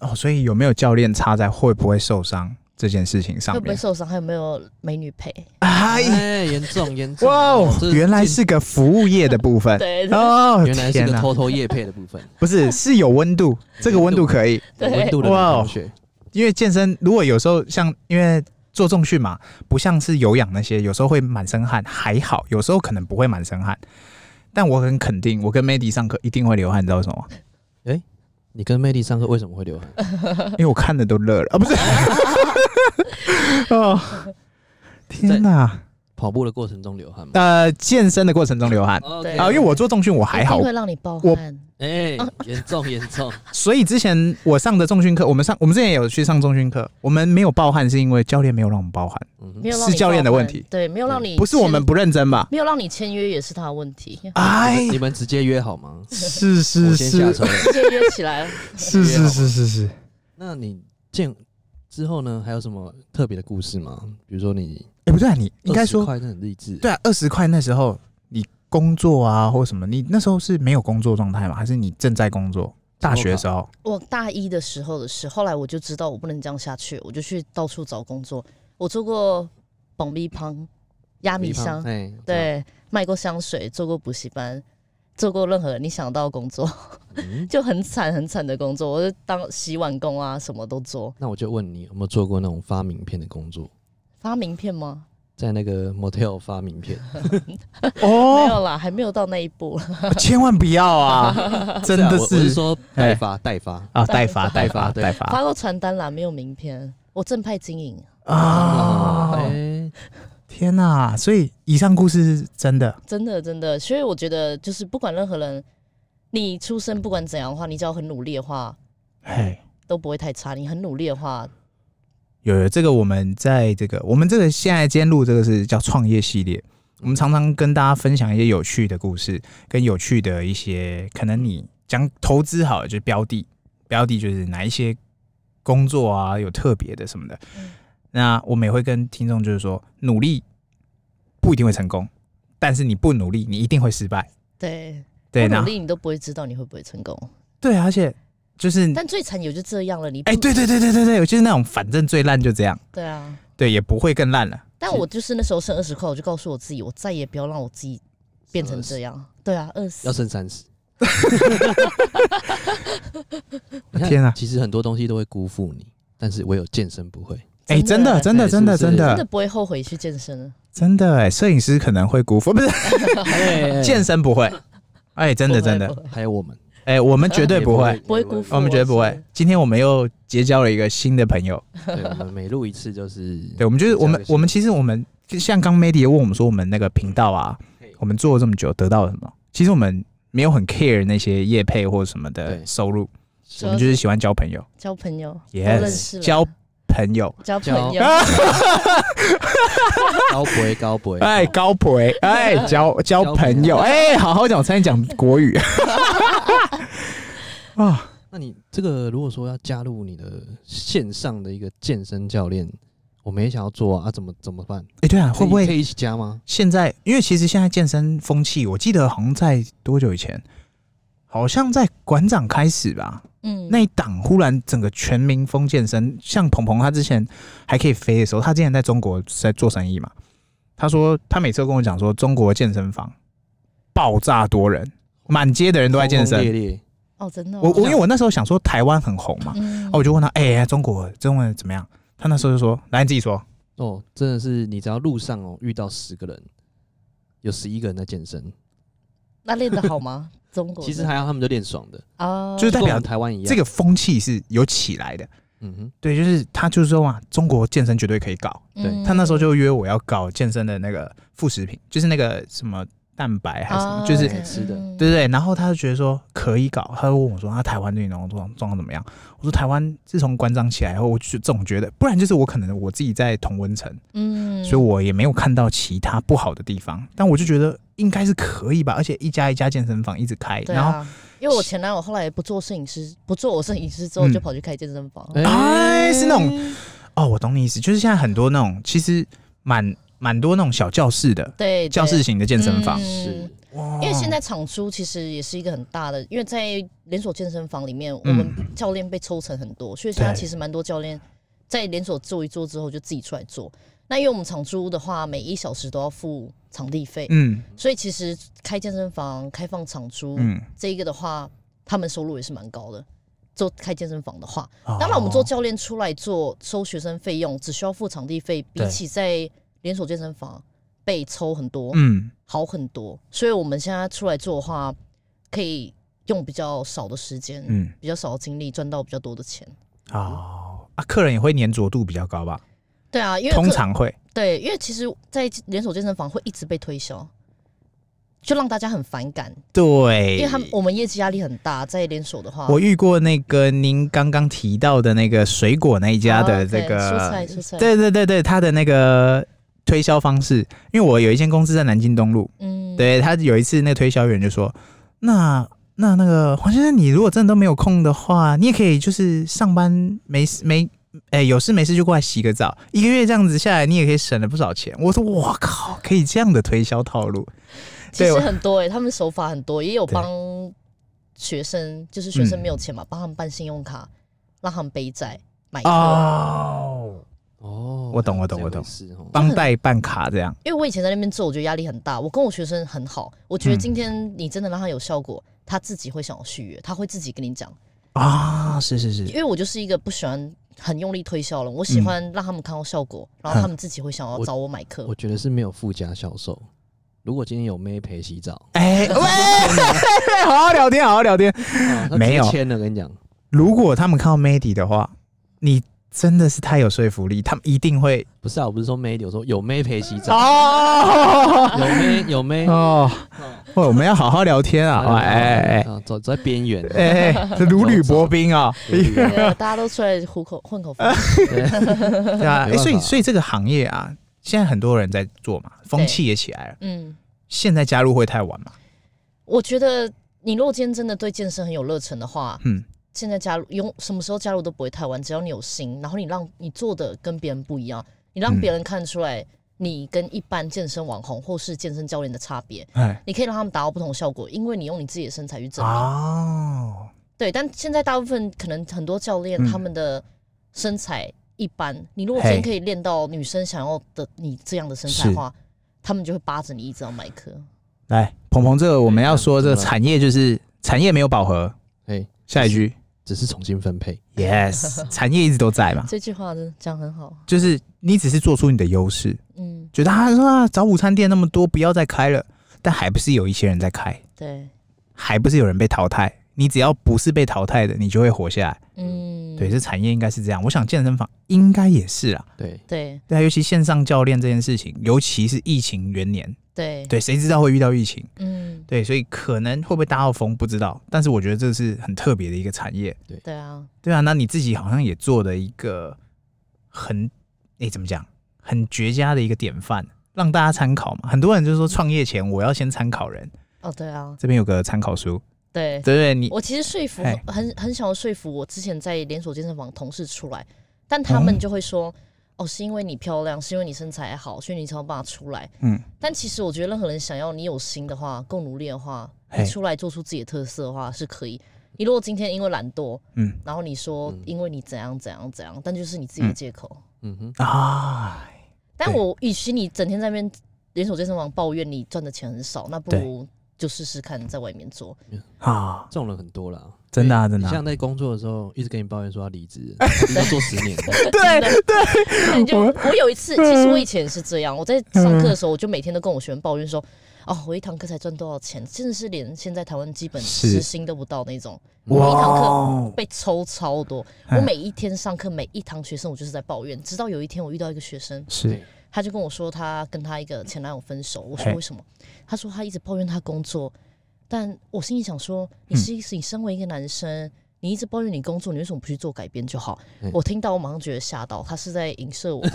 哦，所以有没有教练插在会不会受伤这件事情上会不会面？受伤？还有没有美女陪？哎，哎，严重严重！哇哦这，原来是个服务业的部分。 对对哦，原来是天个哪偷偷夜配的部分，不是是有温度，这个温度可以，有 对温度的女同学，因为健身如果有时候像因为做重训嘛，不像是有氧那些，有时候会满身汗，还好，有时候可能不会满身汗。但我很肯定，我跟 Mandy 上课一定会流汗，你知道为什么吗？你跟魅力上课为什么会流汗？因为我看的都热了啊，不 是？哦，天哪！跑步的过程中流汗吗？呃，健身的过程中流汗对啊，因为我做重训我还好一定，会让你爆我汗。 哎，严重严重，所以之前我上的重训课，我们上我们之前也有去上重训课，我们没有暴汗是因为教练没有让我们暴汗，嗯没哼，有让你是教练的爆问汗题对，没有让你不是我们签不认真吧？没有让你签约也是他的问题， 哎，你们直接约好吗？是我是先下是车了。直接约起来了。是是是是是，那你见之后呢？还有什么特别的故事吗？比如说你哎，不对啊，你应该20说块真的很励志，对啊，二十块那时候你工作啊或什么，你那时候是没有工作状态吗？还是你正在工作？大学的时候，我大一的时候的事，后来我就知道我不能这样下去，我就去到处找工作。我做过蹦米乓、压米商箱， 哎，对，卖过香水，做过补习班，做过任何你想到的工作，嗯，就很惨很惨的工作。我就当洗碗工啊，什么都做。那我就问你有没有做过那种发名片的工作，发名片吗？在那 个 motel 发名片，没 哦，有啦，还没有到那一步。千万不要啊！ 真对啊的我我是说代哎发代发，啊，代发代代发发对代发发过传单啦，没有名片。我正派经营，啊！哎，天哪！所以以上故事是真的，真的真的。所以我觉得，就是不管任何人，你出身不管怎样的话，你只要很努力的话，嘿。都不会太差。你很努力的话，有有这个，我们在这个我们这个现在今天录这个是叫创业系列，我们常常跟大家分享一些有趣的故事，跟有趣的一些可能你讲投资好了就是标的，标的就是哪一些工作啊有特别的什么的。嗯那我们也会跟听众就是说，努力不一定会成功，但是你不努力，你一定会失败。对，对，不然努后力你都不会知道你会不会成功。对，而且就是但最惨也就这样了，你嗯不哎、对对对对对对，就是那种反正最烂就这样，对啊。对，也不会更烂了。但是我就是那时候剩二十块，我就告诉我自己，我再也不要让我自己变成这样。对啊，饿要死。剩三十。 天啊其实很多东西都会辜负你，但是唯有健身不会。哎、真的，真的，哎真的，是不真是真的的，不会后悔去健身了。真的，哎，摄影师可能会辜负，不是健身不会，哎、真的，不会真的，不会还有我们哎、我们绝对不也会，不会辜负我们绝对不我会是。今天我们又结交了一个新的朋友，对，我们每录一次就是，对，我们就是结嗯交我们一，个我们新其实我们像刚 Mady 也问我们说，我们那个频道啊嘿，我们做了这么久得到了什么？其实我们没有很 care 那些业配或什么的对收入，我主要们就是喜欢交朋友，交朋友 Yes，都认识了交朋友。交朋友交，高博高博，哎，高培，哎， 交交朋友，哎，好好讲，我差点讲国语。 啊，那你这个如果说要加入你的线上的一个健身教练，我们也想要做啊，啊怎么怎么办？哎，对啊，会不可以可会以一起加吗？现在？因为其实现在健身风气，我记得好像在多久以前，好像在馆长开始吧，嗯，那一档忽然整个全民风健身，像鹏鹏他之前还可以飞的时候，他之前在中国是在做生意嘛，他说他每次都跟我讲说，中国健身房爆炸多人，满街的人都在健轰身轰。烈烈，哦，真的哦，我我因为我那时候想说台湾很红嘛，嗯哦，我就问他，哎、中国中文怎么样？他那时候就说，来你自己说，哦，真的是你只要路上哦遇到十个人，有十一个人在健身，哦那练得好吗？中国其实的还好他们就练爽的，啊，就是代跟我表们台湾一样。这个风气是有起来的。嗯哼，对，就是他就是说嘛，中国健身绝对可以搞。对嗯他那时候就约我要搞健身的那个副食品，就是那个什么蛋白还是什么，啊就是对吃的嗯对对对，然后他就觉得说可以搞，他就问我说，啊那台湾对你农状状况怎么样？我说台湾自从馆长起来后，我就总觉得，不然就是我可能我自己在同温层，嗯，所以我也没有看到其他不好的地方，但我就觉得应该是可以吧，而且一家一家健身房一直开，对然后啊，因为我前男友后来不做摄影师，不做我摄影师之后，嗯就跑去开健身房。哎是那种哦，我懂你意思，就是现在很多那种其实蛮蛮多那种小教室的对，对教室型的健身房，嗯是哇因为现在场租其实也是一个很大的，因为在连锁健身房里面，我嗯们教练被抽成很多，所以现在对其实蛮多教练在连锁做一做之后就自己出来做。那因为我们场租的话，每一小时都要付场地费，嗯所以其实开健身房开放场租、嗯，这一个的话，他们收入也是蛮高的。做开健身房的话，哦嗯当然我们做教练出来做收学生费用，只需要付场地费，比对起在连锁健身房被抽很多，嗯好很多。所以我们现在出来做的话，可以用比较少的时间，嗯比较少的精力，赚到比较多的钱。哦啊，客人也会粘着度比较高吧，对啊，因为通可常会对，因为其实，在连锁健身房会一直被推销，就让大家很反感，对，因为他们我们业绩压力很大，在连锁的话，我遇过那个您刚刚提到的那个水果那一家哦的，OK，这个，蔬菜蔬菜，对对对对，他的那个推销方式，因为我有一间公司在南京东路，嗯，对他有一次那个推销员就说，那那那个黄先生，你如果真的都没有空的话，你也可以就是上班没事没。哎、有事没事就过来洗个澡，一个月这样子下来，你也可以省了不少钱。我说，我靠，可以这样的推销套路，其实对我很多哎、他们手法很多，也有对帮学生，就是学生嗯没有钱嘛，帮、他们办信用卡，让他们背债买课。哦，哦，我懂我懂我懂是哦，帮带办卡这样，因为我以前在那边做，我觉得压力很大。我跟我学生很好，我觉得今天你真的让他有效果，他自己会想要续约，他会自己跟你讲。啊，是是是因，为我就是一个不喜欢很用力推销的人，我喜欢让他们看到效果，然后他们自己会想要我找我买课我。觉得是没有附加销售。如果今天有妹陪洗 澡，哎、喂，好好聊天，好好聊天。啊他直接没有签了，跟你讲，如果他们看到 Mady 的话，你真的是太有说服力，他们一定会不是啊，我不是说妹，我说有妹陪洗 澡，哦有妹有妹，哦，喂我们要好好聊天啊！啊哎哎啊走在边缘，哎哎哎，这如履薄冰啊！对对啊大家都出来糊口混口饭，对啊，没办哎，法所以所以这个行业啊，现在很多人在做嘛，风气也起来了。嗯。现在加入会太晚嘛？我觉得你如果今天真的对健身很有热忱的话，嗯，现在加入用什么时候加入都不会太晚，只要你有心，然后你让你做的跟别人不一样，你让嗯别人看出来你跟一般健身网红或是健身教练的差别，哎，你可以让他们达到不同效果，因为你用你自己的身材去证明。哦，对，但现在大部分可能很多教练、嗯他们的身材一般，你如果今天嘿可以练到女生想要的你这样的身材的是话，他们就会扒着你一直要买课。来，鹏鹏，这个我们要说，这个怎么了产业就是产业没有饱和。哎，下一句只是重新分配， ，yes，产业一直都在嘛。 这句话真的讲很好，就是你只是做出你的优势，嗯，觉得他说啊，早午餐店那么多，不要再开了，但还不是有一些人在开，对。还不是有人被淘汰，你你只要不是被淘汰的，你就会活下来。嗯，对，这产业应该是这样。我想健身房应该也是啦。对，对对啊，尤其线上教练这件事情，尤其是疫情元年，对，对，谁知道会遇到疫情？嗯，对，所以可能会不会搭到风不知道，但是我觉得这是很特别的一个产业。对啊，对啊，那你自己好像也做了一个很诶、怎么讲，很绝佳的一个典范，让大家参考嘛。很多人就是说创业前我要先参考人，哦，对啊，这边有个参考书，对。对不对？你我其实说服嘿很很想要说服我之前在连锁健身房的同事出来，但他们哦就会说：“哦，是因为你漂亮，是因为你身材好，所以你才有办法出来。”嗯，但其实我觉得任何人想要你有心的话，够努力的话，嘿你出来做出自己的特色的话是可以。你如果今天因为懒惰，嗯然后你说嗯因为你怎样怎样怎样，但就是你自己的借口。嗯哼，啊，但对我与其你整天在那边连锁健身房抱怨你赚的钱很少，那不如就试试看在外面做。啊，这种人很多啦，真的啊所以真的啊你像在工作的时候，一直跟你抱怨说要离职， 你要做十年， 对对，你就我有一次，其实我以前也是这样，我在嗯上课的时候，我就每天都跟我学生抱怨说，哦，我一堂课才赚多少钱，真的是连现在台湾基本是时薪都不到那种，我一堂课哦被抽超多。嗯我每一天上课，每一堂学生我就是在抱怨，直到有一天我遇到一个学生，是他就跟我说他跟他一个前男友分手，我说嘿为什么？他说他一直抱怨他工作，但我心里想说，你是你身为一个男生，你一直抱怨你工作，你为什么不去做改变就好嗯？我听到我马上觉得吓到，他是在影射我吗？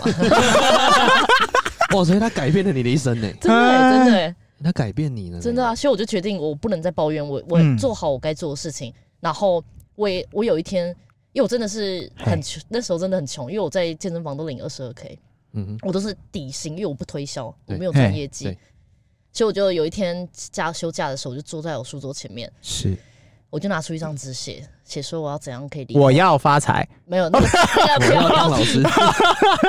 哇，所以他改变了你的一生呢，真的欸真的欸他改变你了，真的啊！，所以我就决定我不能再抱怨，我我嗯做好我该做的事情，然后我也我有一天。因为我真的是很嘿穷，那时候真的很穷，因为我在健身房都领二十二 k，嗯哼，我都是底薪，因为我不推销，我对没有赚业绩嘿对，所以我就有一天假休假的时候，我就坐在我书桌前面，是，我就拿出一张纸写，写说我要怎样可以离开。我要发财，没 有那个那我个要当标老题师，嗯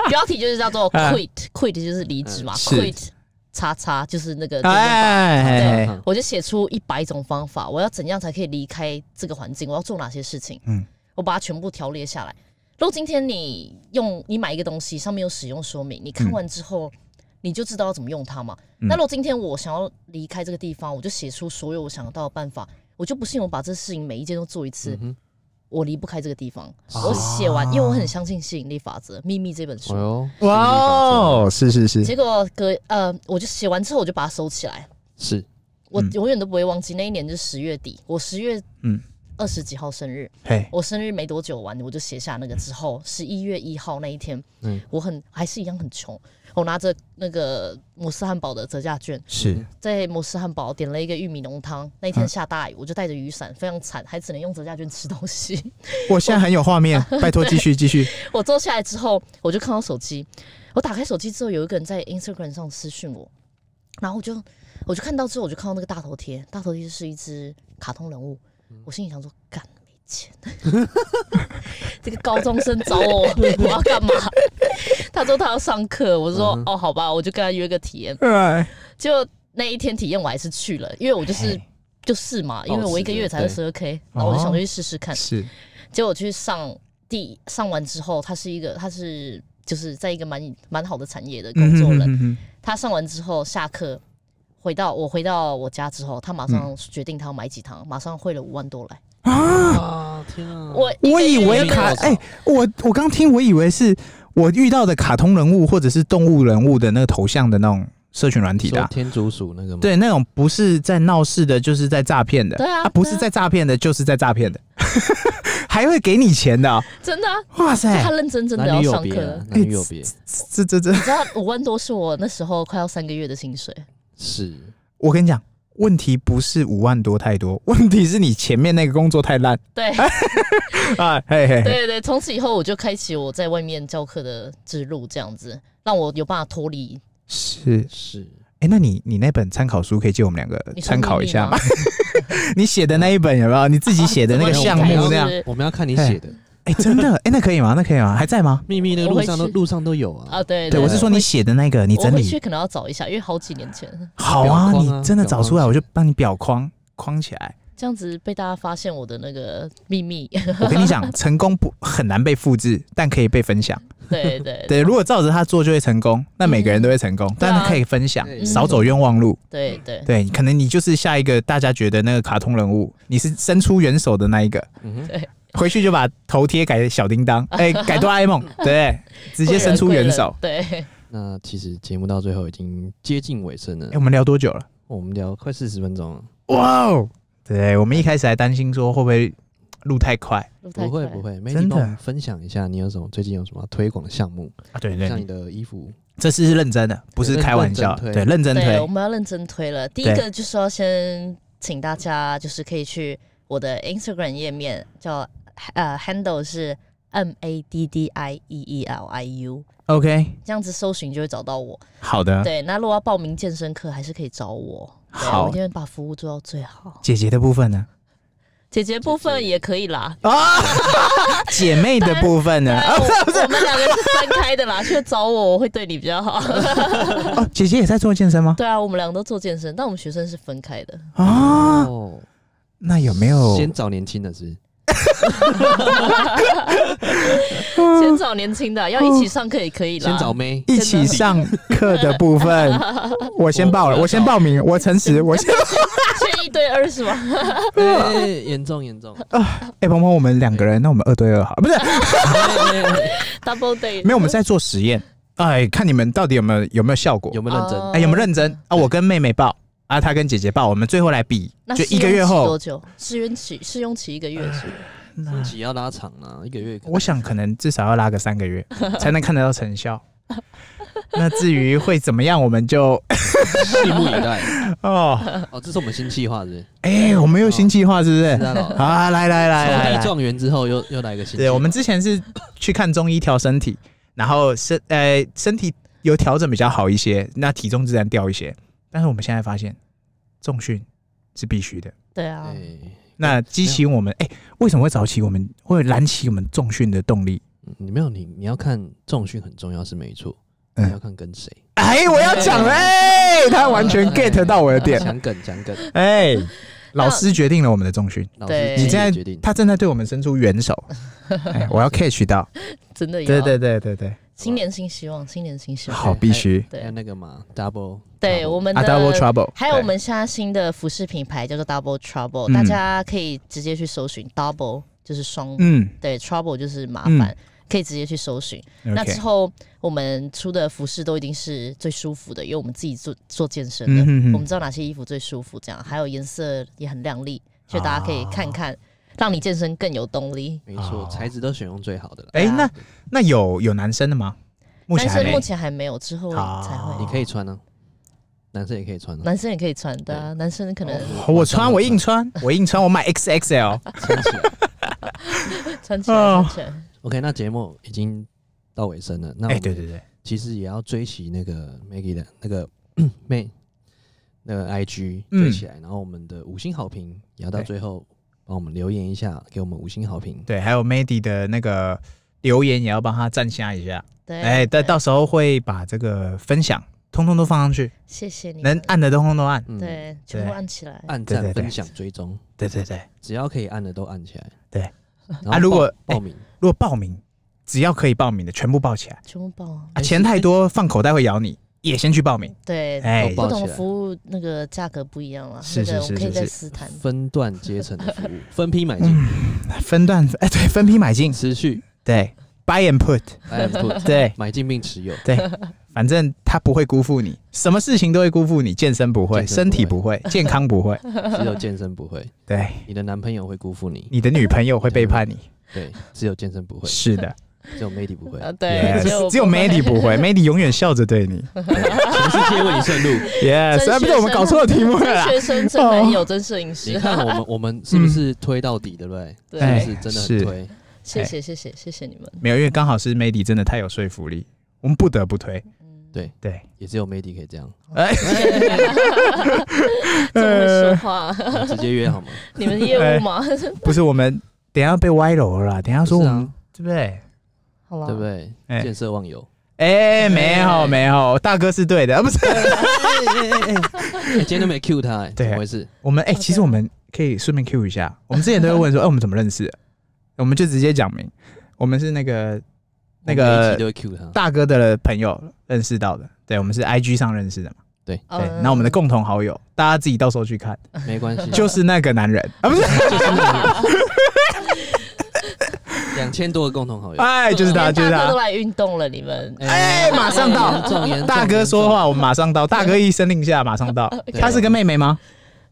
标题就是叫做啊 quit，quit 就是离职嗯嘛是，quit 叉叉就是那个。哎，对我就写出一百种方法，我要怎样才可以离开这个环境？我要做哪些事情？嗯嗯，我把它全部条列下来。如果今天你用你买一个东西，上面有使用说明，你看完之后、你就知道要怎么用它嘛。嗯那如果今天我想要离开这个地方，我就写出所有我想到的办法。我就不信我把这事情每一件都做一次，嗯哼，啊我离不开这个地方。是我写完，因为我很相信吸引力法则，《秘密》这本书。哎呦，哇哦，是是是，结果隔呃，我就写完之后我就把它收起来，是我嗯永远都不会忘记那一年就是十月底，我十月嗯二十几号生日，嘿，我生日没多久完，我就写下那个之后，十一月一号那一天，嗯我很还是一样很穷，我拿着那个摩斯汉堡的折价券，是在摩斯汉堡点了一个玉米浓汤，那一天嗯下大雨，我就带着雨伞，非常惨，还只能用折价券吃东西。我现在很有画面，拜托继续继续，我坐下来之后，我就看到手机，我打开手机之后，有一个人在 Instagram 上私讯我，然后我就我就看到之后，我就看到那个大头贴，大头贴是一只卡通人物，嗯我心里想说，干没钱， 这个高中生找我，我要干嘛？ 他说他要上课，我说、嗯哦好吧，我就跟他约个体验，哎，就那一天体验我还是去了，因为我 就是嘿。就试嘛，因为我一个月才哎抱二持十二 k，然后我就想哦去试试看。是结果我去上第上完之后，他是一个他是就是在一个蛮蛮好的产业的工作嗯人。哼哼哼他上完之后下课回到我回到我家之后，他马嗯上决定他要买几堂，马上汇了五万多来。啊，天啊，我哦我以为没有卡多少哎、我我刚听，我以为是我遇到的卡通人物或者是动物人物的那个头像的那种社群软体的说啊、天竺鼠那个吗？对，那种不是在闹事的，就是在诈骗的，对啊不是对啊在诈骗的，就是在诈骗的， 还会给你钱的啊、真的、啊，哇塞他，认真真的男要女有上别课啊了。，男女有别，这这这，你知道五万多是我那时候快要三个月的薪水，是我跟你讲，问题不是五万多太多， 问题是你前面那个工作太烂对啊，嘿嘿嘿，对对，从此以后我就开启我在外面教课的之路，这样子让我有办法脱离。是，是，哎、那你你那本参考书可以借我们两个你说参考一下秘吗 密？你写的那一本有没有？你自己写 的那个怎么项目写那样是？我们要看你写的哎、真 的，哎、那可以吗？那可以吗？还在吗？秘密，那个路上我都会去路上都有啊，啊，对对，我是说你写的那个，你我整回去理可能要找一下，因为好几年前。好啊，裱框你啊真的裱找框出来，起我就帮你裱框框起来。这样子被大家发现我的那个秘密。 我跟你讲，成功不很难被复制，但可以被分享。对对 对，如果照着他做就会成功，那每个人都会成功，但对是啊嗯可以分享，对少走冤枉路。对对对，可能你就是下一个大家觉得那个卡通人物，你是伸出援手的那一个，嗯哼，回去就把头贴改小叮当， 哎、改哆啦 A 梦，对，直接伸出援手。贵人。贵人对，那其实节目到最后已经接近尾声了，哎、我们聊多久了？我们聊快四十分钟了，哇哦！对我们一开始还担心说会不会录太快录太不会快不，会，美真女的帮我们分享一下你有什么最近有什么推广的项目，啊？对像你，的衣服，这次是认真的，不是开玩笑，认真推对，认真对，我推。们要认真推了。第一个就是要先请大家，就是可以去我的 Instagram 页面，叫呃 handle 是 M A D D I E E L I U， OK，这样子搜寻就会找到我。好的，对，那如果要报名健身课，还是可以找我。啊对好我一定会把服务做到最好。姐姐的部分呢？姐姐部分也可以啦，啊， 姐妹的部分呢？ 哎我我们两个是分开的啦，去找我，我会对你比较好。哦，姐姐也在做健身吗？ 对啊，我们两个都做健身，但我们学生是分开的。啊，哦，那有没有？先找年轻的是不是先找年轻的，要一起上课也可以啦。先 找妹，一起上课的部分， 我先报了，我先报名，我诚实，我先。缺一对二是吗？ 啊哎严重严重， 哎，鹏鹏，我们两个人，那我们二对二好，不是？哎哎哎 Double day 没有，我们在做实验，哎，看你们到底有没有有没有效果有？没有认真？哦哎，有没有认真啊？我跟妹妹报啊，她跟姐姐报，我们最后来比那，就试一个用月期后多，久？试用期试用期一个月是不是周期要拉长啦，一个月可能我想可能至少要拉个三个月才能看得到成 效。那至于会怎么样，我们就拭目以待。哦， 哦，这是我们新计划 是不是？哎，我们有新计划是不知是？道了。好啊，来来来来从来一，状元之后又又来一个新计划，对，我们之前是去看中医调身体，然后身呃身体有调整比较好一些，那体重自然掉一些。但是我们现在发现，重训是必须的。对啊，哎那激起我们哎、为什么会早起？我们会燃起我们重训的动嗯力。你没有你你要看重训很重要是没错，嗯你要看跟谁。哎，我要讲了，哎、他完 全 get 到我的点。 讲梗讲梗，哎、老师决定了我们的重训，老对师你自己现决在定。他正在对我们伸出援 手。哎，我要 catch 到。真的有。对对对对对，新年新希望，新年新希望。好，必须。还有对那个嘛，double，对， double 我们啊，double 的 trouble。哎还有我对们现在新的服饰品牌叫做 Double Trouble，嗯大家可以直接去搜寻 Double 就是双，嗯。对 Trouble 就是麻嗯烦，可以直接去搜寻。那之后我们出的服饰都一定是最舒服的，因为我们自己做做健身的，嗯哼哼我们知道哪些衣服最舒服，这样还有颜色也很亮丽，所以大家可以看啊看，让你健身更有动力。没错，哦材质都选用最好的了。哎、对啊那那有有男生的吗？目前男还生没目前还没有，之后好才会。你可以穿啊，男生也可以穿啊，男生也可以穿的、啊，男生可能哦我穿，我硬穿，我硬穿，我买 XXL。穿起来。穿起来，哦穿起来 OK，那节目已经到尾声了，那我哎、们对对对，其实也要追起那个 Maggie 的那个 May 那个 IG 嗯追起来，然后我们的五星好评也要到对最后帮我们留言一下，给我们五星好评。对，还有 Mady 的那个留言也要帮他赞下一下。对，哎、对但到时候会把这个分享通通都放上去，谢谢你能们，按的通通都按。嗯，对，全部按起来，按对赞、对对分享、追踪，对对对，只要可以按的都按起来。对然后啊如报果报名，哎如果报名，只要可以报名的全部报起来。全部报啊。啊，钱太多放口袋会咬你，也先去报名。对，哎、都不报同起的来服务那个价格不一样了，是那个是我是们可是以再是私谈。分段阶层的服务，分批买进，嗯分段哎、对，分批买进，持 续对，buy and put， buy and put， 对。买进并持有。反正他不会辜负你，什么事情都会辜负你，健身不会，健身不会身体不会，健康 不会，只有健身不会，对，你的男朋友会辜负你，你的女朋友会背叛你，对，只有健身 不会，是的只有 Mady 不会，啊， ，yes，对，只有 Mandy 会不会，Mandy 永远笑着对你对全世界为你顺路。 ，yes，真啊，不对，我们搞错题目 了啦，学生真男友，真摄影你哦师，看我们，我们是不是推到底，对不对？哎是对，不是真的是很推？谢哎谢谢谢谢谢你们，没有，因为刚好是 Mandy 真的太有说服力，我们不得不推，嗯，对对，也只有 Mady 可以这样，哎，这么会说话，哎我直接约好吗？你们业务吗？不是我们，等一下被歪楼了啦，等一下说不我是们啊，对不对？好啊了，对不对？哎见色忘友，哎，没有没有，大哥是对的，啊，不是，哎哎哎哎哎今天都没 Q 他，哎对怎么回事？我们哎，哦其实我们可以顺便 Q 一下，我们之前都会问说，哎、我们怎么认识的？我们就直接讲明，我们是那个我每那一个集都会 Q 他，大哥的朋友认识到的，对，我们是 IG 上认识的嘛，对，嗯哎那我们的共同好友，大家自己到时候去看，没关系，就是那个男人啊，不是，两千多个共同好友。 哎，就是他，就是大哥都他，来运动了，你们哎马上到严重严重大哥说话，我们马上到，大哥一声令下，马上到，对他是跟妹妹吗？呃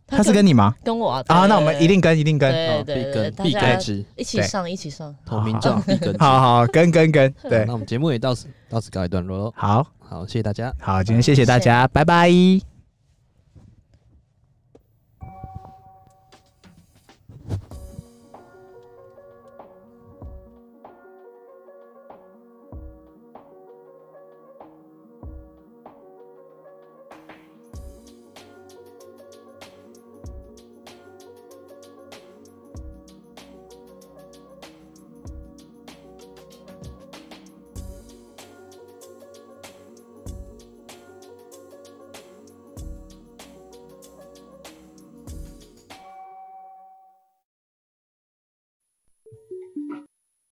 他是跟你吗？跟我啊，啊，对那我们一定跟，一定跟，严重哦对必对对，跟大必家跟之一起上一起上，投名状必跟之。哎好好跟跟 跟，对那，我们节目也到此到此告一段落喽。好好，谢谢大家。好，今天谢谢大家，拜拜。